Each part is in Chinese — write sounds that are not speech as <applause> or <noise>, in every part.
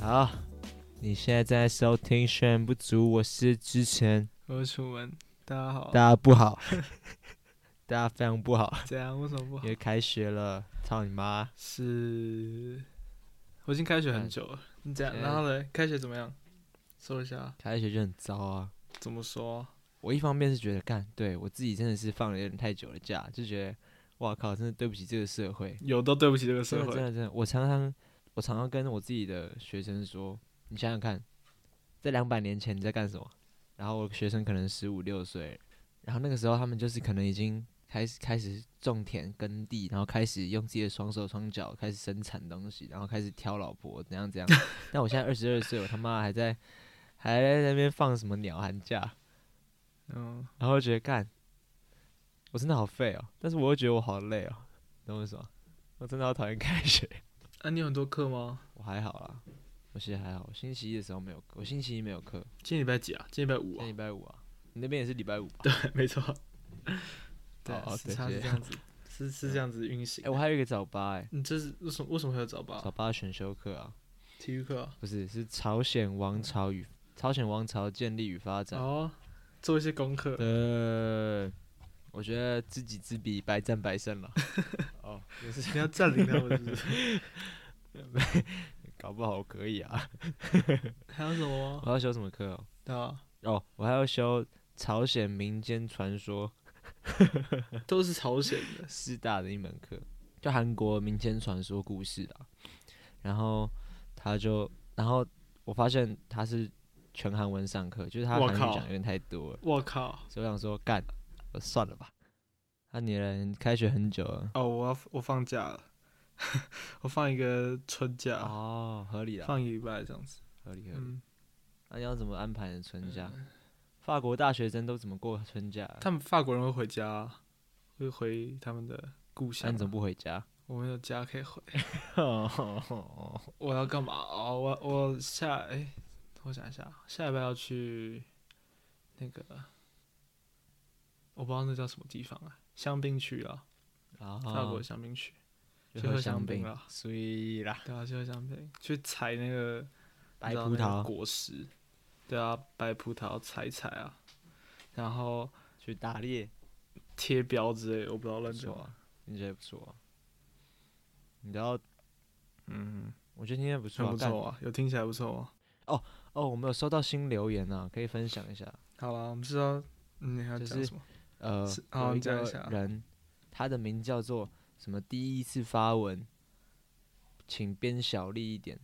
好，你现在正在收听《血缘不足》，我是之前我是楚文，大家好大。家不 <laughs> 好，大家非常不好，怎样？为什么不好因？为开学了，操你妈！是，我已经开学很久了。你这样，现在然后呢？开学怎么样？说一下，开学就很糟啊。怎么说？我一方面是觉得，干，对我自己真的是放了有点太久的假，就觉得，哇靠，真的对不起这个社会，有都对不起这个 <laughs> 真社的真会。的真的，我常常我常常跟我自己的学生说，你想想看，在两百年前你在干什么？然后我学生可能十五六岁，然后那个时候他们就是可能已经开始开始种田耕地，然后开始用自己的双手双脚开始生产东西，然后开始挑老婆怎样怎 <laughs> 样。但我现在二十二岁，我他妈还在还在那边放什么鸟寒假，嗯，然后觉得干，我真的好废哦，但是我又觉得我好累哦，懂我意思吗？我真的好讨厌开学。啊，你有很多课吗？我还好啦，我其实还好。我星期一的时候没有，我星期一没有课，今天礼拜几啊？今天礼拜五今啊天礼。拜五啊。你那边也是礼拜五吧？对， <laughs> 没错。对哦，时差对是是这样子，是是这样子运行哎、。我还有一个早八哎、你这是为什么？为什么会有早八早？八选修课啊，体育课啊？不是，是朝鲜王朝与朝鲜王朝建立与发展。哦，做一些功课。对，我觉得知己知彼，百战百 <laughs> 胜了。哦，也是你要占领他们，是不是？ <laughs> 搞不好可以啊。还有什么吗？我要修什么课哦？对啊，哦，我还要修朝鲜民间传说。都是朝鲜的。师大的一门课，就韩国民间传说故事啦。然后他就，然后我发现他是全韩文上课，就是他哇韩语靠讲有点太多了，我靠！所以我想说干，我算了吧。那、你人开学很久了，哦，我要我放假了， <laughs> 我放一个春假，哦，合理啦，放一个礼拜这样子。合理合理。嗯，那、你要怎么安排你的春假？法国大学生都怎么过春假啊？他们法国人会回家啊，会回他们的故那乡你怎啊。么不 <laughs> 回家？我没有家可以回。我要干嘛？哦，我我下哎、我想一下，下礼拜要去那个，我不知道那叫什么地方啊，香槟区啊，啊，法国的香槟区。就去喝喝香香槟啊槟啦水啦，对啊，就会这样配，去采那个白你知道那葡个萄果实，对啊，白葡萄采一采啊，然后去打猎。贴标之类的，我不知道不乱讲。错啊，你觉得不错、啊。你知道，嗯，我觉得今天不错、很啊，不干错啊，有听起来不错啊。哦。我们有收到新留言啊，可以分享一下。好了，我们知道，嗯，你还要就讲是什么？呃，是哦有一你讲一个下人，他的名叫做什么？第一次发文，请编小力一点。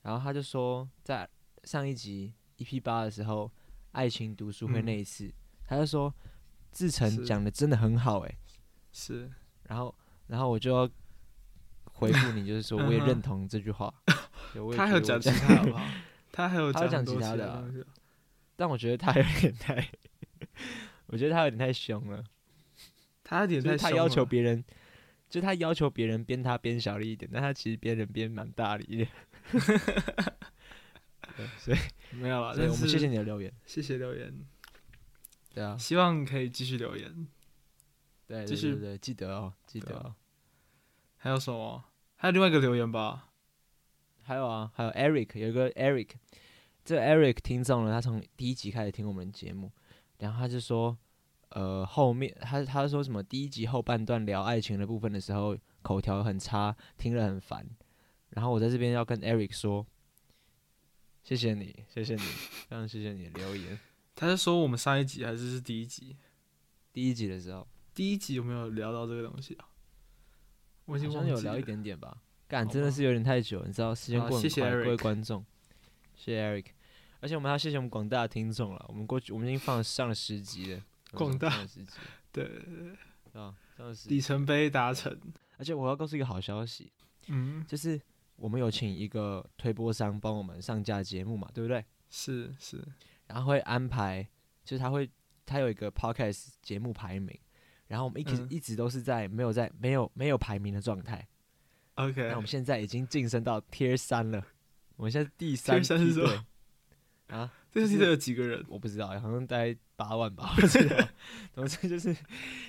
然后他就说，在上一集 EP 八的时候，爱情读书会嗯那一次，他就说志成是讲的真的很好欸诶、是然后，然后我就要回复你，就是说我也嗯哼认同这句话。对我也他还觉有得讲我其他好不好？他还有他有很讲其多他的啊东西啊。 <laughs> 但我觉得他有点太，我觉得他有点太凶了，他有点就是太他凶要求了别人，就他要求别人编他编小力一点，但他其实编人编蛮大力 <laughs> 的。对所以，没有了，所以但我们是谢谢你的留言。谢谢留言，对啊，希望可以继续留言。对，继对续对对，记得哦，记对得啊哦。还有什么？还有另外一个留言吧？还有啊，还有 Eric，有一个 Eric，这个 Eric 听众呢，他从第一集开始听我们的节目，然后他就说，呃，后面他他说什么第一集后半段聊爱情的部分的时候，口条很差，听了很烦。然后我在这边要跟 Eric 说，谢谢你，谢谢你，非常谢谢你的留言。他是说我们上一集还是是第一集？第一集的时候第一集有没有聊到这个东西啊？我好已经忘像记有聊一了点点吧，干好真的吧是有点太久，你知道时间好啊过很快，谢谢各位 Eric 观众，谢谢 Eric，而且我们还要谢谢我们广大的听众了，我们过去我们已经放了上了十集了，广大上了十集对，啊，上了十集，里程碑达成。而且我要告诉一个好消息，嗯，就是我们有请一个推播商帮我们上架节目嘛，对不对？是是，然后会安排，就是他会他有一个 podcast 节目排名，然后我们一直、嗯一直都是在没有在没有没有排名的状态。<laughs> 那 OK 我。们现在已经晋升到 Tier 三了，我们现在是第三 Tier 三是什么梯队啊？这就期是得有几个人？我不知道，好像大概八万吧， <laughs> 我不 <laughs> 知道。总之就是，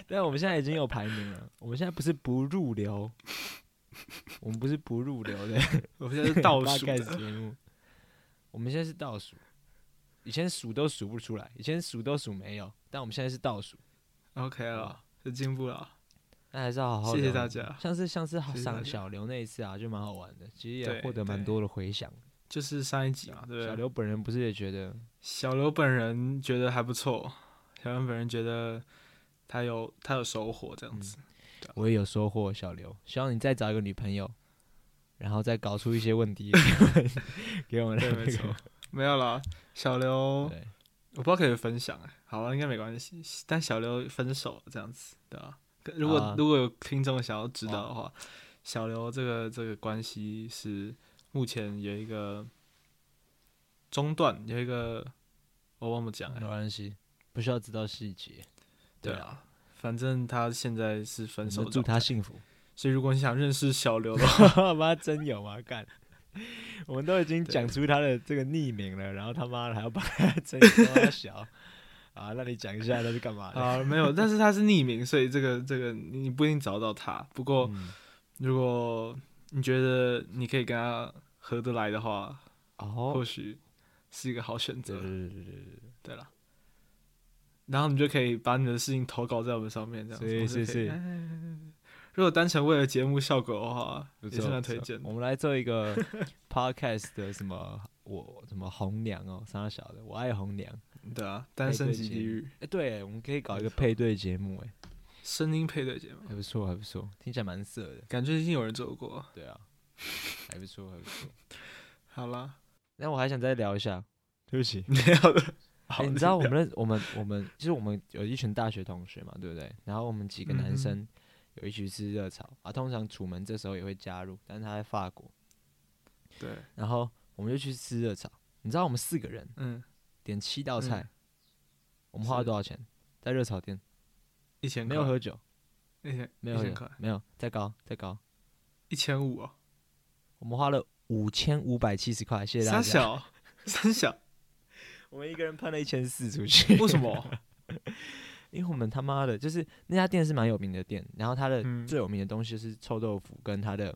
但我们现在已经有排名了，我们现在不是不入流，我们不是不入流的我们现在是倒数 <laughs> podcast 的节目，我们现在是倒数，以前数都数不出来，以前数都数没有，但我们现在是倒数， OK 了，有进步了，那还是要好好谢谢聊大家。像是像是好谢谢大上家小刘那一次啊，就蛮好玩的，其实也对获得蛮对多的回响。就是上一集嘛，对不对？小刘本人不是也觉得小刘本人觉得还不错，小刘本人觉得他有他有收获这样子。我也有收获，小刘，希望你再找一个女朋友，然后再搞出一些 <laughs> 问题给我们给我们对，那没个 <laughs> 错，没有啦。小刘，我 <laughs> 嗯对，不知道可不可以分享哎、好了，应该没关系。但小刘分手了这样子，对啊？可如果、好啊啊如果有听众想要知道的话，小刘这个这个关系是目前有一个中断，有一个我忘了讲哎、没关系，不需要知道细节。对啊，反正他现在是我分们手的祝他状态幸 <laughs> 福。所以如果你想认识小刘的 <laughs> 话，他妈真有吗？干！我们都已经对讲出他的这个匿名了，然后他妈的还要把他真他妈小 <laughs> 啊！那你讲一下他是干嘛的？啊，没有，但是他是匿名，所以这个这个你你不一定找到他。不过嗯如果你觉得你可以跟他合得来的话，哦嗯或，许是一个好选对择对。对对对对对了，然后你就可以把你的事情投稿在我们上面，这样子。是我们就可以是是哎哎哎哎如果单纯为了节目效果的话，不也是错蛮不推错荐的我。们来做一个 <laughs> podcast 的什么我什么红娘哦，三小的我爱红娘。对啊，单身级地狱哎、嗯对，我们可以搞一个没错配对节目，哎，声音配对节目，还不错，还不错，听起来蛮色的。感觉已经有人做过。对啊，还不错，还不错。好啦，那我还想再聊 <laughs> 一下，对不 <laughs> 起，没有的。哎，你知道我们的我们我们就是我们有一群大学同学嘛，对不对？然后我们几个嗯男哼生有一起去吃热炒啊，通常楚门这时候也会加入，但是他在法国，对，然后我们就去吃热炒。你知道我们四个人嗯，点七道嗯菜，我们花了是多少钱？在热炒店一千没有块喝酒，一千没一有喝千酒块，，没有再高再高，一千五哦，我们花了五千五百七十块，谢谢大三家。小 <laughs> 三小， <laughs> 我们一个人喷了一千四出去，为什么？ <laughs> 因为我们他妈的，就是那家店是蛮有名的店，然后它的嗯最有名的东西是臭豆腐跟它的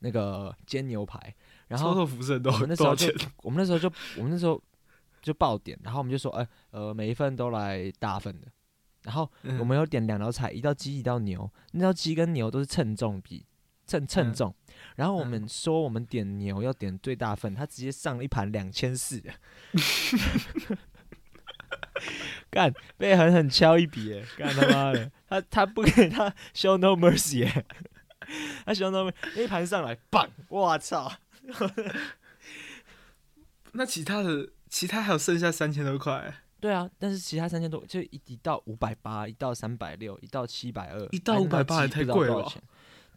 那个煎牛排，然臭后豆腐是很多我们那时多少候就钱？我们那时候就我们那时候就爆点，然后我们就说，哎、呃，每一份都来大份的，然后嗯我们有点两道菜，一道鸡，一道牛。那道鸡跟牛都是称重比，称称嗯重。然后我嗯们说我们点牛要点最大份，他直接上了一盘两千四， <laughs> 干被狠狠敲一笔耶，干他妈的，他他不给他 show no mercy，耶他 show no mercy，那一盘上来，棒，我操！那其他的其他还有剩下三千多块，对啊，但是其他三千多就一一到五百八，一到三百六，一到七百二，一到哎580那道鸡也太不知道贵多少了吧钱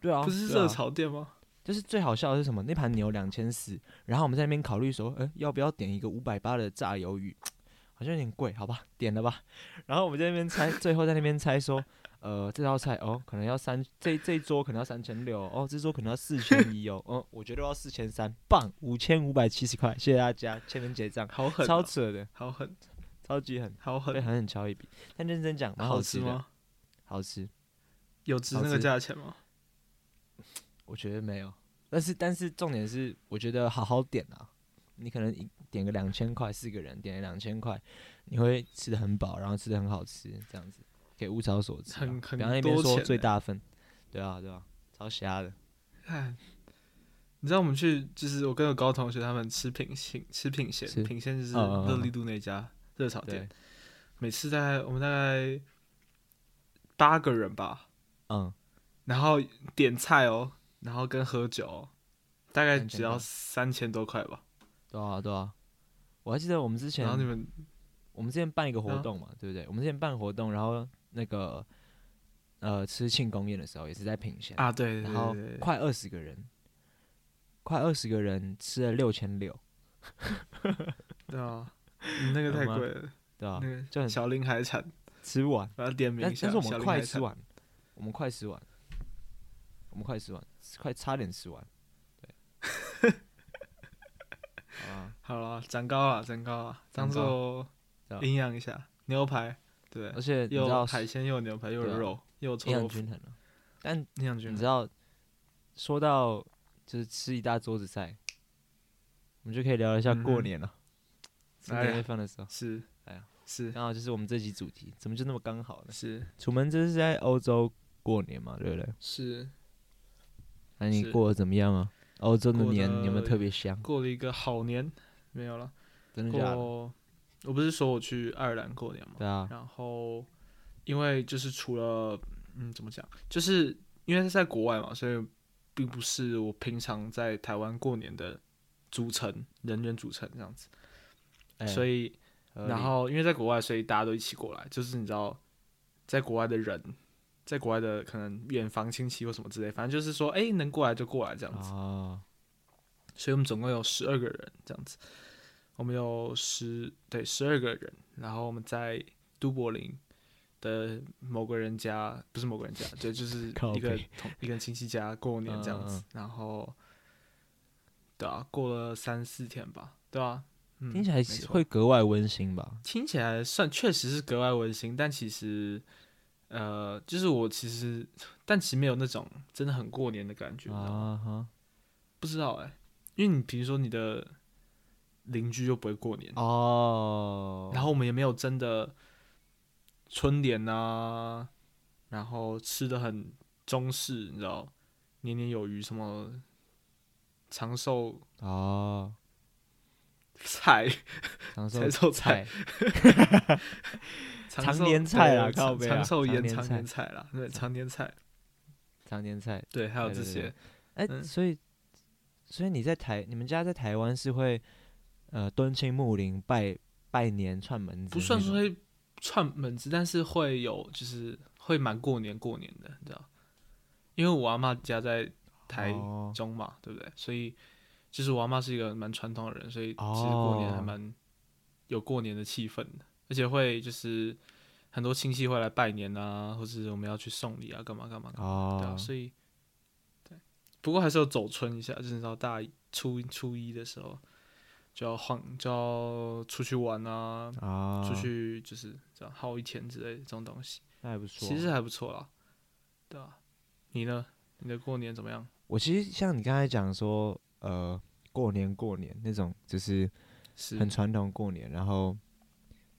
对啊，不是对啊热炒店吗？就是最好笑的是什么？那盘牛两千四，然后我们在那边考虑说，呃、要不要点一个五百八的炸鱿鱼？好像有点贵，好吧，点了吧。然后我们在那边猜，最后在那边猜说，呃，这道菜哦，可能要三，这这一桌可能要三千六，哦，这桌可能要四千一哦，嗯，我觉得要四千三，棒，五千五百七十块，谢谢大家，千人结账，好狠超哦，扯的，好狠，超级狠，好被狠，狠狠敲一笔。但认真讲，蛮好吃吃的，吗？好吃，有值好那个吃价钱吗？我觉得没有，但是但是重点是，我觉得好好点啊，你可能一点个两千块，四个人点两千块，你会吃的很饱，然后吃的很好吃，这样子可以物超所值啊、很很比方那边多说钱最欸大份，对啊对啊，超瞎的，哎，你知道我们去，就是我跟我高同学他们吃品鲜，吃品鲜是，品鲜就是嗯嗯嗯热力度那家热炒对店，，每次大概我们大概八个人吧，嗯，然后点菜哦，然后跟喝酒哦、大概3000只要三千多块吧。对啊对啊，我还记得我们之前然后你们我们之前办一个活啊动嘛，对不对？我们之前办活动，然后那个呃吃庆功宴的时候也是在品县啊，对对然后对对对，快二十个人，快二十个人吃了六千六，对啊，你那个太贵了，对吧、那个就嗯很小林海产，吃不完，我要点名啊嗯但一下，但是我小们林快海吃产，完，我们快吃完，我们快吃完，快差点吃完， <laughs> 对，啊，好了，长高啊，长高啊，当长高做对啊营养一下，牛排，对而，且你知又道海鲜又有牛排又对啊有肉又有营臭养豆腐，均衡了，但营养你均知衡，道说到就是吃一大桌子菜，我们就可以聊一下嗯过哼年了，趁哎呀年夜饭的时候，是，哎呀，是刚好就是我们这集主题，怎么就那么刚好呢？是楚门这是在欧洲过年嘛，对不对？是，那你是过得怎么样啊？欧洲的过年你有没有得特别香？过了一个好年，没有了。真的假的？过，我不是说我去爱尔兰过年吗？对啊，然后因为就是除了嗯，怎么讲，就是因为是在国外嘛，所以并不是我平常在台湾过年的组成人员组成这样子，哎所以合理然后因为在国外，所以大家都一起过来，就是你知道，在国外的人。在国外的可能远房亲戚或什么之类，反正就是说，哎、能过来就过来这样子。哦，所以我们总共有十二个人这样子，我们有十对十二个人，然后我们在都柏林的某个人家，不是某个人家，对，就是 <laughs> 靠一个北同一个亲戚家过年这样子，嗯嗯然后对啊，过了三四天吧，对啊，嗯，听起来没是错会格外温馨吧？听起来算确实是格外温馨，但其实。呃，就是我其实，但其实没有那种真的很过年的感觉，你知道吗啊哈，不知道哎、因为你比如说你的邻居又不会过年，哦，然后我们也没有真的春联啊，然后吃的很中式，你知道，年年有余，什么长寿哦，菜、长寿长寿菜、菜，长寿常年菜啦对靠长北啊长寿常宴、年长菜年菜啦，对，常年菜，常 <laughs> 年菜。对，还有对这对对些，哎、嗯所以，所以你在台，你们家在台湾是会呃敦亲睦邻拜拜年串门子，不算说会串门子，但是会有就是会蛮过年过年的，你知道，因为我阿妈家在台哦中嘛，对不对？所以就是我阿妈是一个蛮传统的人，所以其实过年还哦蛮有过年的气氛的，而且会就是很多亲戚会来拜年啊，或是我们要去送礼啊，干嘛干嘛干嘛，对啊，哦，所以对，不过还是要走春一下，就是你知道大一初一初一的时候就要晃就要出去玩啊，啊，出去就是这样耗一天之类的这种东西，那还不错。其实还不错啦，对啊，你呢？你的过年怎么样？我其实像你刚才讲说，呃，过年过年那种，就是是很传统过年，然后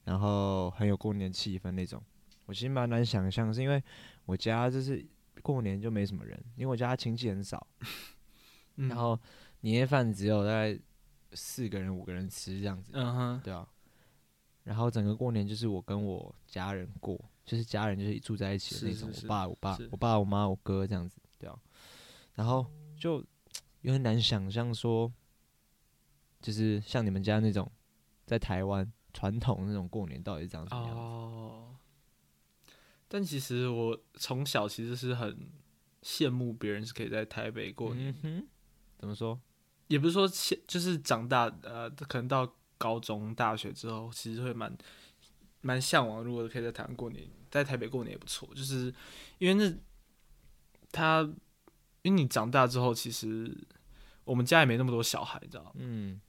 然后很有过年气氛那种，我其实蛮难想象，是因为我家就是过年就没什么人，因为我家亲戚很少，嗯然后年夜饭只有大概四个人五个人吃这样子，嗯哼，对啊。然后整个过年就是我跟我家人过，就是家人就是住在一起的那是种，是是我爸、我爸是、我爸、我妈、我哥这样子，对啊。然后就有点难想象说，就是像你们家那种在台湾传统那种过年到底是长什么样子？哦，但其实我从小其实是很羡慕别人是可以在台北过年，嗯哼，怎么说？也不是说羡，就是长大呃，可能到高中、大学之后，其实会蛮蛮向往，如果可以在台湾过年，在台北过年也不错，就是因为那他，因为你长大之后，其实我们家也没那么多小孩，你知道吗，嗯，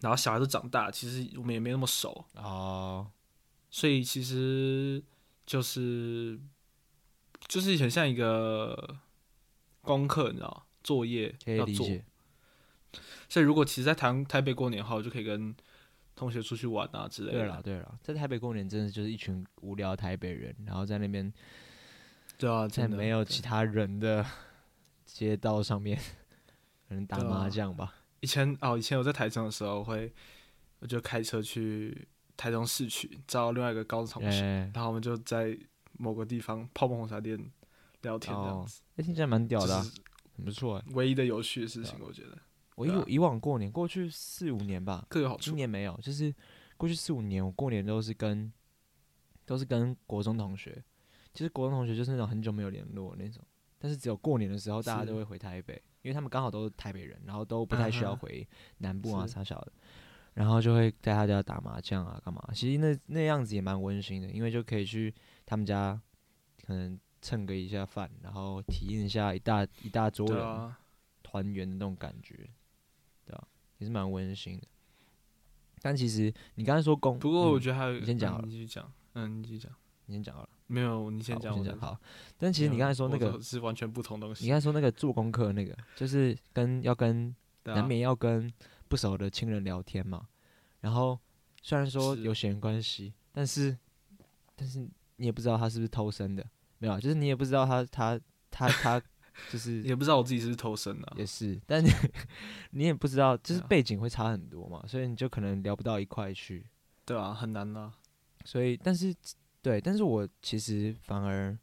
然后小孩都长大，其实我们也没那么熟，哦，所以其实就是就是很像一个功课，你知道吗，作业可以要理做。解。所以如果其实在台台北过年的话，我就可以跟同学出去玩啊之类的。对了，对了，在台北过年真的就是一群无聊的台北人，然后在那边对啊，在真的没有对其他人的街道上面，可能打对啊麻将吧。以前哦，以前我在台中的时候我会，我就开车去台中市区找另外一个高中同学，哎、然后我们就在某个地方泡沫红茶店聊天这样子，那听起来蛮哦屌的啊、这是很不错哎、唯一的有趣的事情，我觉得我以对啊以往过年过去四五年吧，各有好今处。年没有，就是过去四五年我过年都是跟都是跟国中同学，就是国中同学就是那种很久没有联络的那种，但是只有过年的时候大家是都会回台北，因为他们刚好都是台北人，然后都不太需要嗯哼回南部啊是啥小的，然后就会在他家打麻将啊干嘛，其实那那样子也蛮温馨的，因为就可以去他们家可能蹭个一下饭，然后体验一下一大一大桌对人啊，团圆的那种感觉，对啊？也是蛮温馨的。但其实你刚才说公，不过我嗯觉得还有，你先嗯讲好了你继续讲，嗯，你继续讲，你先讲好了，没有，你先好讲，我我先讲好。但其实没你有刚才说那我个，是完全不同东你西，刚才说那个做功课那个，就是跟要跟对啊难免要跟不熟的亲人聊天嘛，然后虽然说是有血缘关系，但是但是你也不知道他是不是偷生的，没有啊，就是你也不知道他他他他 <laughs> 就是也不知道我自己是不是偷生啊。也是， <laughs> 但你你也不知道，就是对啊背景会差很多嘛，所以你就可能聊不到一块去。对啊，很难啊。所以，但是对，但是我其实反而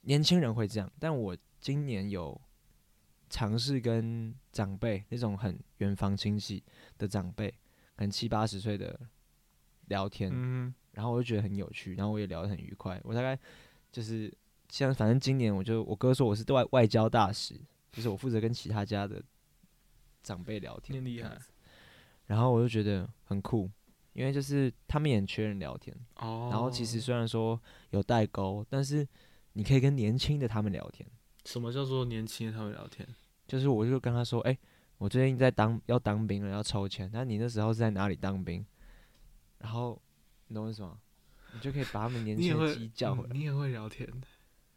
年轻人会这样，但我今年有尝试跟长辈那种很远房亲戚的长辈，可能七八十岁的聊天，嗯然后我就觉得很有趣，然后我也聊得很愉快。我大概就是像反正今年我就我哥说我是对外外交大使，就是我负责跟其他家的长辈聊你天，厉这样害子。然后我就觉得很酷，因为就是他们也很缺人聊天。哼，哦。然后其实虽然说有代沟，但是你可以跟年轻的他们聊天。什么叫做年轻人他们聊天？就是我就跟他说，哎、我最近在当要当兵了，要抽签。那你那时候是在哪里当兵？然后你懂我意思吗？你就可以把他们年你也轻会的鸡叫回来。嗯你也会聊天。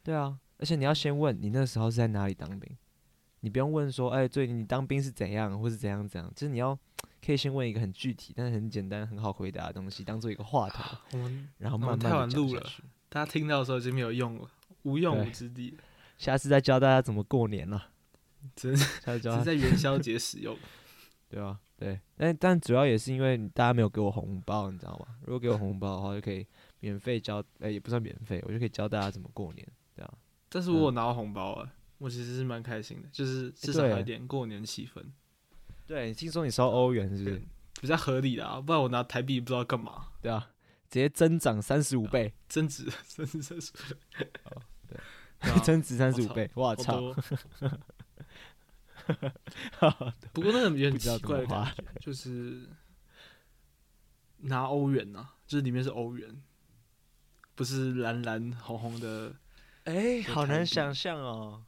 对啊，而且你要先问你那时候是在哪里当兵，你不用问说，哎、最近你当兵是怎样，或是怎样怎样，就是你要可以先问一个很具体，但是很简单、很好回答的东西，当做一个话头，我们然后那我慢们太慢晚的讲录下了去。大家听到的时候已经没有用了，无用对武之地 <laughs> 了，下次再教大家怎么过 <laughs> 年了，只是下次只教是大家，在元宵节使 <laughs> 用。对啊，对，但但主要也是因为大家没有给我红包，你知道吗？如果给我红包的话，就可以免费教，呃、也不算免费，我就可以教大家怎么过年，对啊，但是我有拿到红包啊，我其实是蛮开心的，就是至少嗯对有一点过年气氛，对，听说你收欧元是不是对？比较合理啦。不然我拿台币不知道干嘛，对啊，直接增长三十五倍。增值 <laughs> 增值增值。哦对 <laughs> 对啊， <laughs> 增值三十我五操倍，我好操！多。 <laughs> 不过那个也不很知道奇怎怪么的感花觉，就是拿欧元呐、就是里面是欧元，不是蓝蓝红红的，哎，就好台难币想象哦。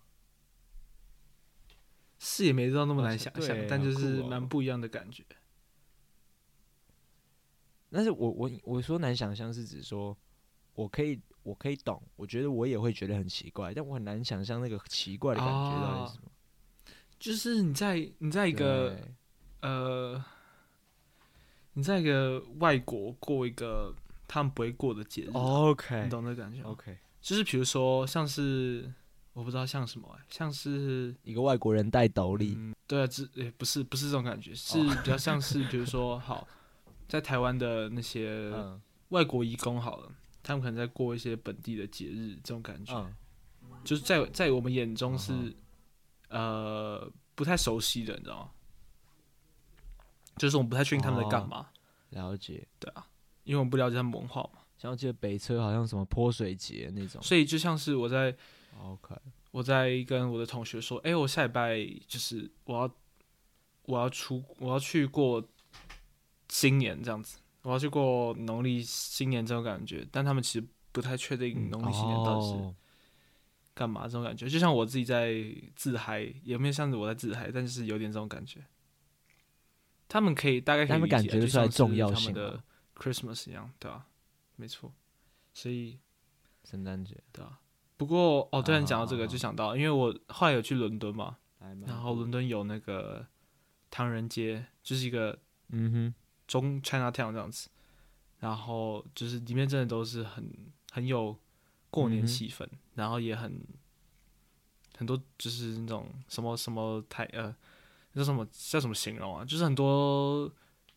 是也没到那么好难像想象哦对，但好就酷是哦蛮不一样的感觉。但是我我我说难想象是指说，我可以我可以懂，我觉得我也会觉得很奇怪，但我很难想象那个奇怪的感觉到底是什么。就是你在你在一一个呃，你在一个外国过一个他们不会过的节日啊，哦你 OK <laughs> 懂那感觉吗？ OK，就是比如说像是我不知道像什么欸、像是一个外国人戴斗笠，嗯，对啊，只诶不是不是这种感觉，是哦比较像是比如说好，在台湾的那些嗯外国移工好了，他们可能在过一些本地的节日，这种感觉，嗯，就是在在我们眼中是、嗯呃不太熟悉的，你知道吗？就是我们不太确定他们在干哦嘛，了解。对啊，因为我们不了解他们文化嘛，像我记得北车好像什么泼水节那种。所以就像是我在 OK，我在跟我的同学说，哎、我下礼拜就是我要我要出我要去过新年这样子，我要去过农历新年这种感觉，但他们其实不太确定嗯农历新年到底是嗯哦干嘛这种感觉，就像我自己在自嗨，也没有像是我在自嗨，但是有点这种感觉。他们可以大概可以他们理解啊感觉得出来就像是重要他性们的吗 Christmas 一样，对吧、没错，所以圣诞节。对啊。不过哦，对，啊你讲到这啊个啊就想到，因为我后来有去伦敦嘛，然然后伦敦有那个唐人街，就是一个嗯哼，中 China Town 这样子，然后就是里面真的都是很很有过嗯年哼气氛，然后也很很多就是那种什么什么台呃，那叫什么叫什么形容啊？就是很多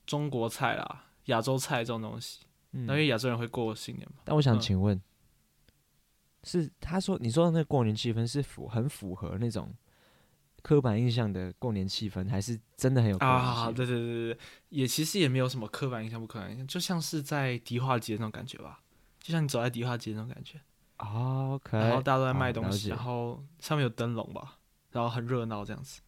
中国菜啦、亚洲菜这种东西，嗯那因为亚洲人会过新年嘛。但我想嗯请问，是他说你说的那个过年气氛是符很符合那种刻板印象的过年气氛，还是真的很有过年啊，气氛？对对对对，对也其实也没有什么刻板印象不刻板印象，就像是在迪化街那种感觉吧，就像你走在迪化街那种感觉，啊，OK，然后大家都在好卖东了西，解然后上面有灯笼吧，然后很热闹这样子。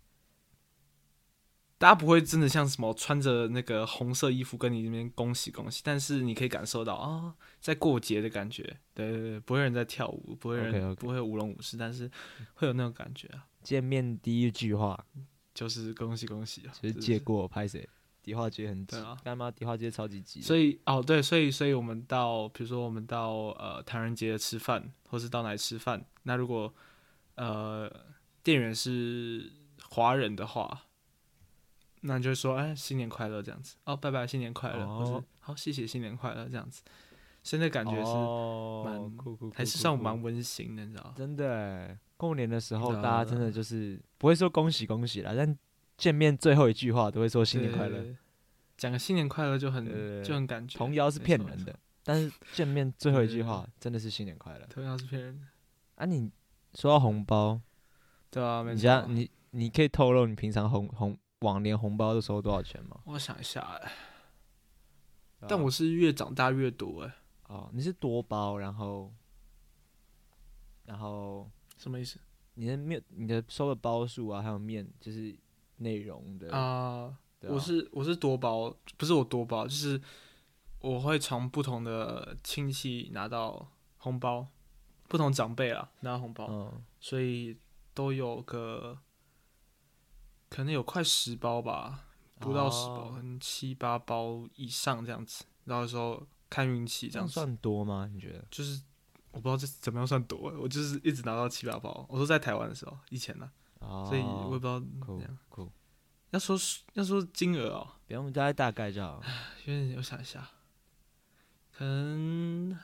大家不会真的像什么穿着那个红色衣服跟你那边恭喜恭喜，但是你可以感受到啊、在过节的感觉。对对对，不会有人在跳舞，不会有人 OK，OK 不会有舞龙舞狮，但是会有那种感觉啊，见面第一句话就是恭喜恭喜啊，就是对借过拍谁？迪化街很挤对啊，干妈迪化街超级挤的，所以哦，对，所以所以我们到，比如说我们到呃唐人街吃饭，或是到哪里吃饭，那如果呃店员是华人的话，那你就会说哎新年快乐这样子，哦拜拜新年快乐，或哦是好谢谢新年快乐这样子，所以那感觉是、哦是蛮酷酷，还是酷算酷蛮温馨的，你知道吗？真的欸。过年的时候，对啊大家真的就是不会说恭喜恭喜啦，但见面最后一句话都会说新年快对乐。对对讲个新年快乐就很对对对就很感觉。童谣是没骗错人，没的错，但是见面最后一对句对对话真的是新年快乐童谣是骗人的，嗯啊！你说到红包，对啊，没你错家啊。你你可以透露你平常红红往年红包都收多少钱吗？我想一下哎，啊对但吧我是越长大越多哎，哦，你是多包，然后然后什么意思你的面你的收的包数啊，还有面就是内容的，啊？对我啊是我是多包，不是我多包，就是我会从不同的亲戚拿到红包，不同长辈啊拿到红包，嗯所以都有个可能有快十包吧，不到十包，哦可能七八包以上这样子。然后说看运气这这样样子，算多吗？你觉得？就是我不知道这怎么样算多，我就是一直拿到七八包。我说在台湾的时候，以前呢、哦，所以我也不知道酷怎样酷，要说要说金额哦，不用大概大概就好。因为我想一下，可能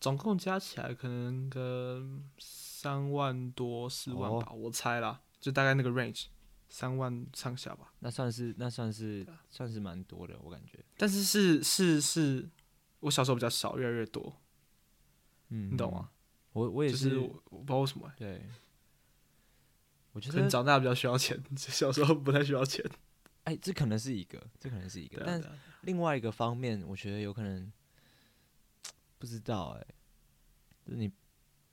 总共加起来可能跟三万多四万哦吧，我猜啦，就大概那个 range，三万上下吧。那算是那算是对啊算是蛮多的，我感觉。但是是是是，我小时候比较少，越来越多，嗯，你懂吗？我嗯我也就是是，我我不知道为什么欸、对，我觉可能得长大比较需要钱， <laughs> 小时候不太需要钱。哎，这可能是一个，这可能是一对啊个，但对啊另外一个方面，我觉得有可能不知道哎、就是你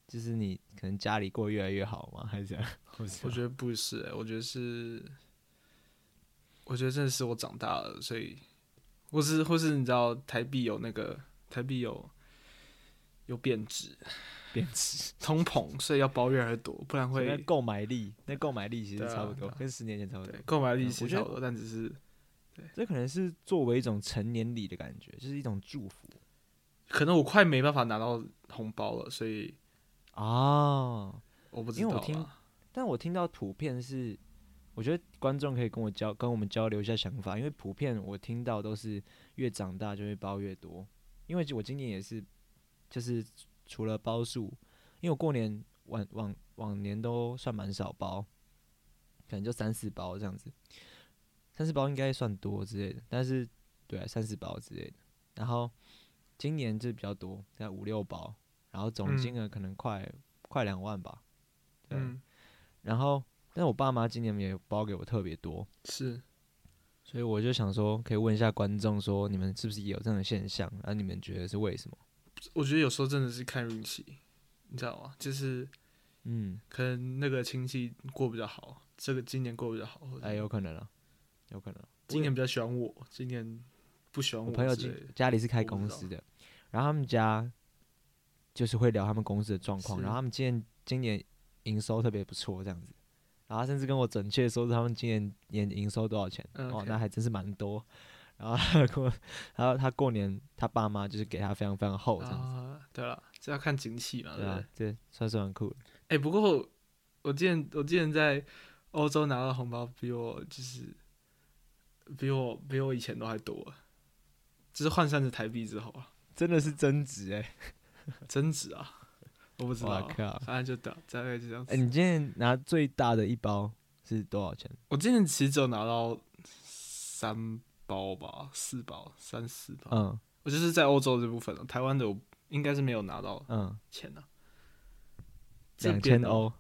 就是你可能家里过得越来越好吗？还是怎样？我我觉得不是、欸，我觉得是，我觉得真的是我长大了，所以，或是或是你知道台币有那个台币有有贬值、贬值，通膨，所以要包越来越多，不然那会购买力，那购买力其实对啊差不对多，啊跟十年前差不多对。购买力嗯其我实觉差得不多，但只是这可能是作为一种成年礼的感觉，就是一种祝福可能我快没办法拿到红包了，所以哦。我不知因道为啦。我听但我听到普遍是，我觉得观众可以跟我交跟我们交流一下想法，因为普遍我听到都是越长大就会包越多，因为我今年也是，就是除了包数，因为我过年往往往年都算蛮少包，可能就三四包这样子，三四包应该算多之类的，但是对、啊、三四包之类的，然后今年就比较多，在五六包，然后总嗯金额可能快、快两万吧，对。啊嗯，然后，但我爸妈今年也包给我特别多，是所以我就想说，可以问一下观众说，你们是不是也有这种现象？然、后你们觉得是为什么？我觉得有时候真的是看运气，你知道吗？就是嗯，可能那个亲戚过比较好，这个今年过比较好，或者哎，有可能啊，有可能啊。今年比较喜欢我，今年不喜欢我朋友之家类的家里是开欸我不公知道司的，然后他们家就是会聊他们公司的状况，是然后他们今年今年营收特别不错这样子，然后他甚至跟我准确说是他们今年年营收多少钱，嗯哦， ，OK 那还真是蛮多。 <laughs> 然后他过， <laughs> 然后他过年他爸妈就是给他非常非常厚这样子，啊，对了，这要看景气嘛，对对不对？啊哎、，这算是蛮酷的。不过我之前我之前在欧洲拿到的红包比我就是比我比我以前都还多，就是换算成台币之后啊，真的是增值欸哎、增值啊，我不知道哇啊，靠！反正就大大概就这样子。哎、你今天拿最大的一包是多少钱？我之前其实只有拿到三包吧，四包，三四包，嗯我就是在欧洲这部分了、台湾的我应该是没有拿到嗯，钱的、啊，这两边哦千呢欧。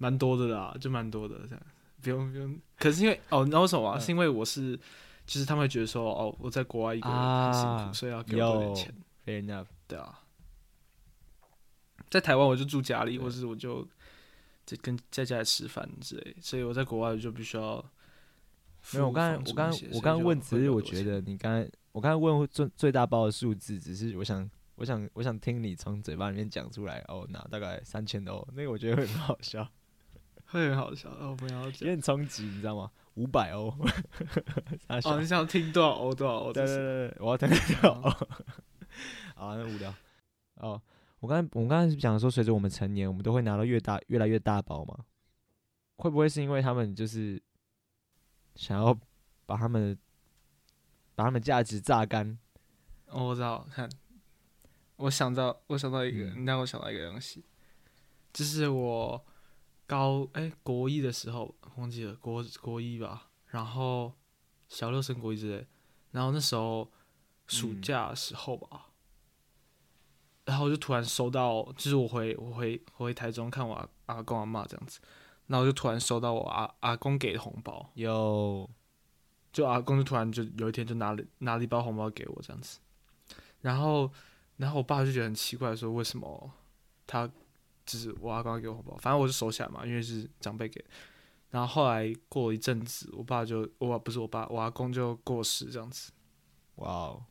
蛮多的啦，就蛮多的这样，不用不用。可是因为哦，你知道为什么吗？嗯是因为我是，就是他们会觉得说，哦，我在国外一个人很辛苦，啊所以要给我多点钱， Fair enough。对啊。在台湾我就住家里，对或是我就在跟在家里吃饭之类，所以我在国外我就必须要付没有，我房刚才租我刚那些才我刚所才以就会比问，只是较我多觉钱得你刚才我刚才问最最大包的数字，只是我想我想我想听你从嘴巴里面讲出来哦，拿大概三千欧，那个我觉得会很好笑， <laughs> 会很好笑，哦，不要有讲。点冲击，你知道吗？五百欧， <laughs> 傻笑哦，你想听多少欧多少欧？对这对是对，对我要等到。啊，那无聊。哦，我刚才我们刚才是讲说，随着我们成年，我们都会拿到越大越来越大包嘛？会不会是因为他们就是想要把他们把他们价值榨干。哦，我知道，看，我想到，我想到一个，你让我想到一个东西，就是我高哎、国一的时候忘记了国国一吧，然后小六升国一之类，然后那时候暑嗯假的时候吧，然后我就突然收到，就是我回我回我回台中看我阿阿公阿妈这样子，然后我就突然收到我阿阿公给的红包，有就阿公就突然就有一天就拿了拿了一包红包给我这样子，然后然后我爸就觉得很奇怪，说为什么他就是我阿公要给我红包，反正我就收起来嘛，因为是长辈给的。然后后来过了一阵子，我爸就我不是我爸，我阿公就过世这样子，哇哦，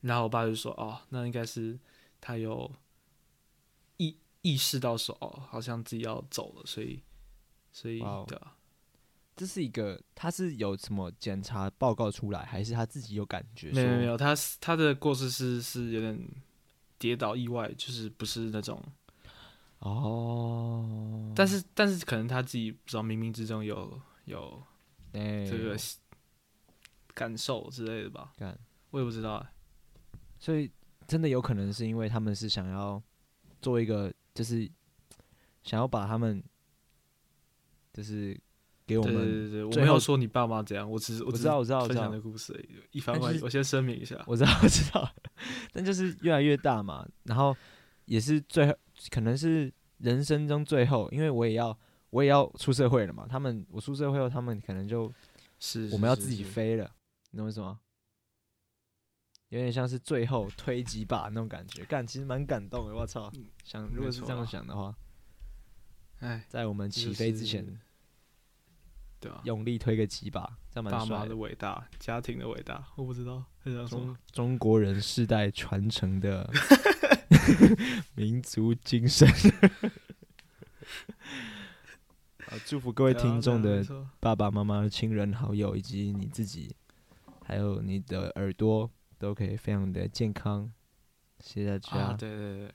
然后我爸就说哦，那应该是他有意意识到说哦，好像自己要走了，所以所以哇哦对啊，这是一个他是有什么检查报告出来，还是他自己有感觉？没有没有，他是他的过世是是有点跌倒意外，就是不是那种，哦，但是但是可能他自己不知道，冥冥之中有有哎这个感受之类的吧，干我也不知道、欸。所以真的有可能是因为他们是想要做一个，就是想要把他们，就是给我对对们，对对，我最没有后说你爸妈怎样，我只是我我只知是道，我知道，我分知享道的，故事而已。以防但万一，就是我先声明一下。，我知道，我知道， <laughs> 但就是越来越大嘛，然后也是最后，可能是人生中最后，因为我也要，我也要出社会了嘛。他们我出社会后，他们可能就是我们要是自己。是飞了，你懂我意思吗？有点像是最后推几把那种感觉，干其实蛮感动的。我操，想如嗯没果是错这样啊想的话，哎，在我们这起就飞之是前对啊，用力推个几把，这样蛮爸帅妈的的。伟大，家庭的伟大，我不知道，很想说中。 <laughs> 中国人世代传承的民族精神。 <laughs> 好，祝福各位对啊听众对啊的没错爸爸妈妈、亲人、好友以及你自己，还有你的耳朵都可以非常的健康。谢谢大家。啊，对对对对对对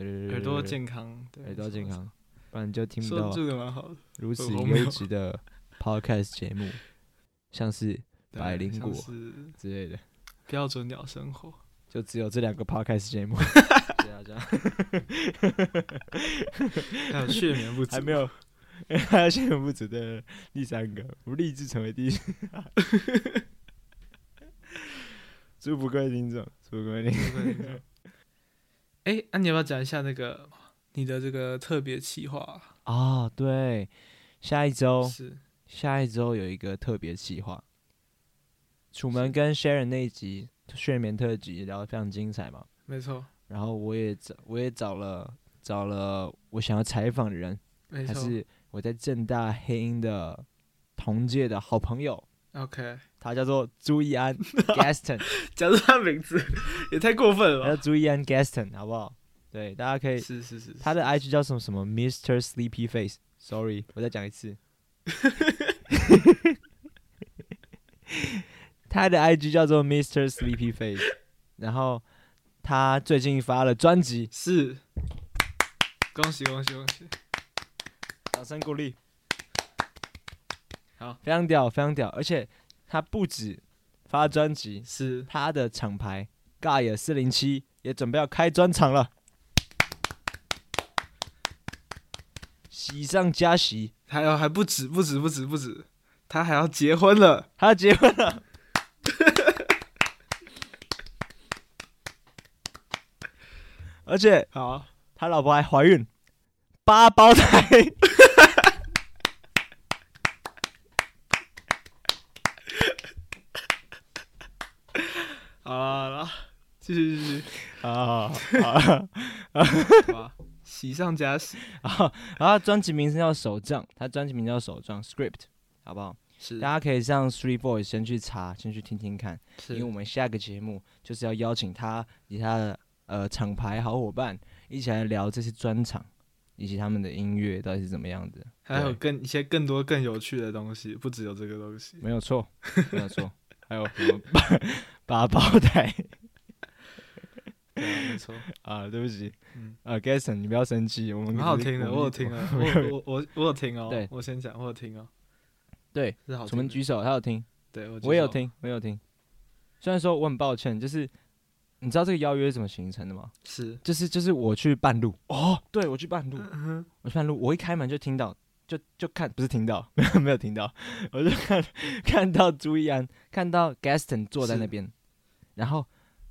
对，对耳朵对健康，对耳朵没错健没错康，不然就听不说 <laughs> 到这个蛮好的，如此荒谬优质的 podcast 节目，像是对百灵像果是之类的。标准鸟生活。 <laughs> 就只有这两个 podcast 节目，对啊，这 <laughs> 样还 <laughs> 有睡眠不足，还没有， <laughs> 还有幸福不足的第三个，我立志成为第一。 <laughs> 祝福各位听众，祝福各位听众。对。对对哎，那、你要不要讲一下那个你的这个特别企划？哦，对，下一周，是下一周有一个特别企划，楚门跟 Sharon 那一集睡眠特辑聊得非常精彩嘛。没错，然后我也找，我也找了找了我想要采访的人，没还错。是我在正大黑鹰的同届的好朋友， OK，他叫做朱 <laughs> 一安 Gaston，讲出他名字 <laughs> 也太过分他叫了吧。朱一安 Gaston，好不好？对，大家可以，是是是，哎他的 IG 叫什么什么 Mr. Sleepy Face，Sorry，我再讲一 <laughs> 次，他的 IG 叫做 Mr. Sleepy Face，然后他最近发了专辑，是。恭喜恭喜恭喜！掌声鼓励。好，非常屌，非常屌，而且他不止发专辑，是他的厂牌 Gaia 四零七也准备要开专场了，喜上加喜，还有还不止不止不止不止，他还要结婚了。他要结婚了。 <laughs> 而且好，他老婆还怀孕，八胞胎，好了好了，继续继续，啊 <laughs> 好吧，喜上加喜。啊！然后专辑名称叫《手账》，他专辑名叫《手账》（Script），好不好？是大家可以上 Three Boys 先去查，先去听听看，是因为我们下个节目就是要邀请他以及他的呃厂牌好伙伴一起来聊这些专场，以及他们的音乐到底是怎么样的。还有对更一些更多更有趣的东西，不只有这个东 <laughs> 西。没有错，没有错。还有什么八八胞胎对啊， <laughs> 没错， <laughs> 啊？对不起，嗯啊 g a s o n 你不要生气，我们蛮好听的，我有听了。啊，我有我我我有听哦。对我先讲，我有听哦。对，是好楚门听的举手，他有听，对我我也有觉得听，我也有听。虽然说我很抱歉，就是你知道这个邀约是怎么形成的吗？是嗯就是就是我去半路哦，对我去半路，我去半路，我一开门就听到，就就看不是听到， <laughs> 没有没有听到，我就看 <laughs> 看到朱一安，看到 Gaston 坐在那是边，然后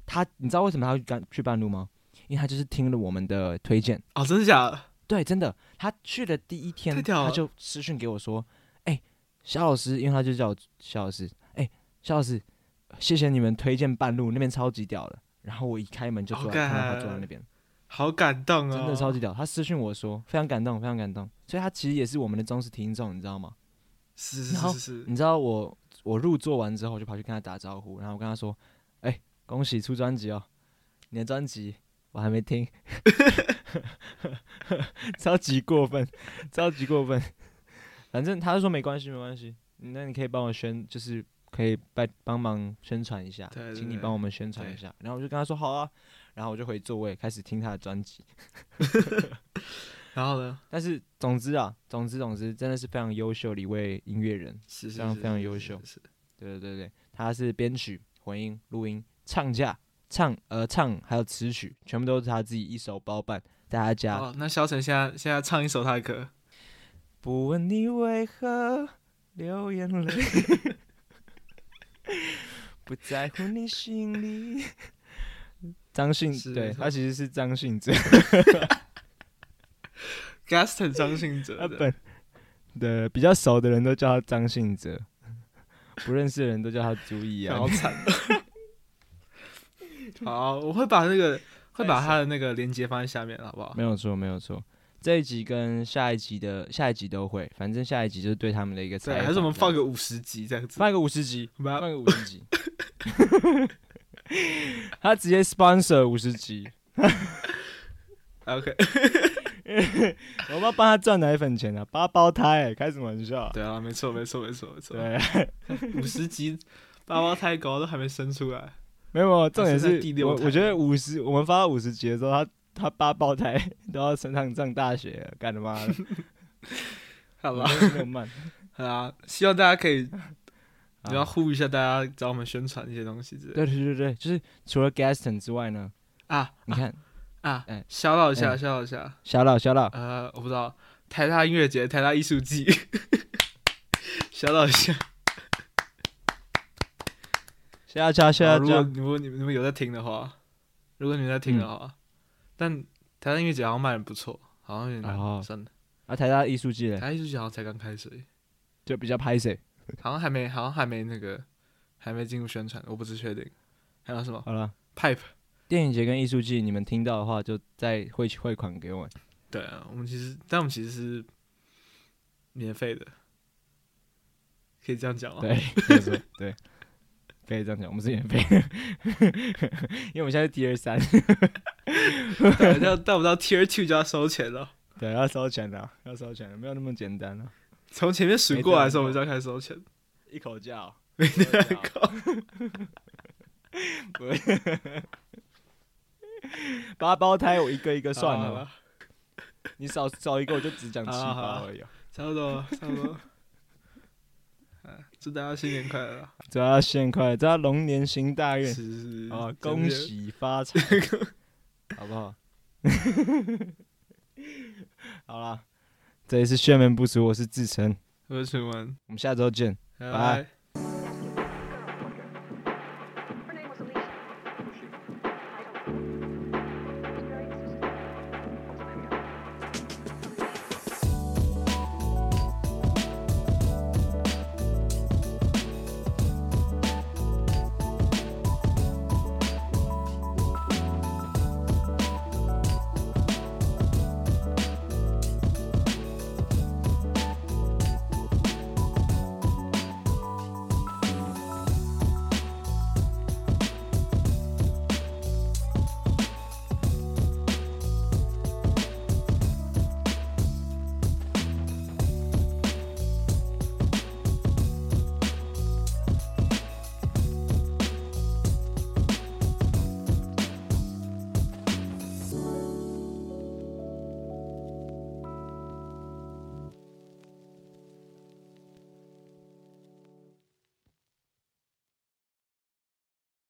他你知道为什么他会干去半路吗？因为他就是听了我们的推荐，哦，真的假的？对，真的，他去的第一天太屌他了就私讯给我说，哎、肖老师，因为他就叫我肖老师，哎、肖老师，谢谢你们推荐半路那边超级屌的，然后我一开门就好坐在看到他坐在干那边。好感动啊、真的超级屌。他私讯我说非常感动，非常感动，所以他其实也是我们的忠实听众，你知道吗？是是然后是是，你知道我我入座完之后，我就跑去跟他打招呼，然后我跟他说：“哎、恭喜出专辑哦，你的专辑我还没听， <laughs> 超级过分，超级过分。反正他就说没关系，没关系，那你可以帮我宣，就是可以帮帮忙宣传一下，对对请你对帮我们宣传一对下。然后我就跟他说好啊，然后我就回座位开始听他的专辑。然后呢？但是总之啊，总之总之，真的是非常优秀的一位音乐人，是是非常是非常是优是秀是是对对对对，他是编曲、混音、录音、唱架、唱呃唱还有词曲，全部都是他自己一手包办，在他家。哦，那萧晨现在现在唱一首他的歌，不问你为何流眼 <laughs> 泪，不在乎你心里。张信是对没他其实是张信哲， Gaston 张信哲他的啊 <laughs> 本的比较熟的人都叫他张信哲， <laughs> 不认识的人都叫他朱一安好。惨。 <laughs> 好，我会把那个会把他的那个链接放在下面，好不好没？有错，没有错。这一集跟下一集的下一集都会，反正下一集就是对他们的一个采对，访。还是我们放个个五十集这样子，放一个五 <laughs> 十集，我们放要一个五十集。 <laughs> 他直接 sponsor 五十集， OK。我们要帮他赚奶粉钱啊，八胞胎、开什么玩笑啊、 <laughs> 对啊，没错，没错，没错，没错。对，五十 <laughs> 集八胞胎狗都还没生出来，没有没有，重点现在是第六我胎我觉得五十，我们发到五十集的时候，他他八胞胎 <laughs> 都要升上上大学了，干他妈的，好 <laughs> 我吧？真的是慢。好啊，希望大家可以，啊你要呼吁一下大家找我们宣传一些东西之类的对对对对，就是除了 Gaston 之外呢，啊你看啊哎！小老一下，哎小老一下。小老小老，呃，我不知道，台大音乐节、台大艺术季， <laughs> 小老一下。 <laughs> 下家好下如果家，如果你们你们有在听的话，如果你们在听的话，但台大音乐节好像卖的不错，好像有点、哦算了，啊，台大艺术季嘞台，大艺术节好像才刚开始而已，就比较拍谁。好像还没，好像还没那个，还没进入宣传，我不是确定。还有什么好了， Pipe？电影节跟艺术季，你们听到的话就再汇汇款给我们。对啊，我们其实，但我们其实是免费的，可以这样讲吗？对，没错，对，可以这样讲，我们是免费， <laughs> 因为我们现在是 T 二三，对，要到不到 Tier Two 就要收钱了。对，要收钱的，啊要收钱的，没有那么简单啊了，从前面数过来的时候，我们就要开始收钱。一口价、 <laughs> 哦，没得靠， <laughs> 八胞胎我一个一个算好了，了，你少少一个我就只讲七好啊好啊八而已、哦。差不多了，差不多 <laughs> 了。哎祝大家新年快乐啊！祝大家新年快乐，祝大家龙年行大运是是啊，是恭喜发 <laughs> 财，好不好？ <laughs> 好啦，这里是炫门不足，我是志成， <laughs> 我是楚文，我们下周见。拜拜。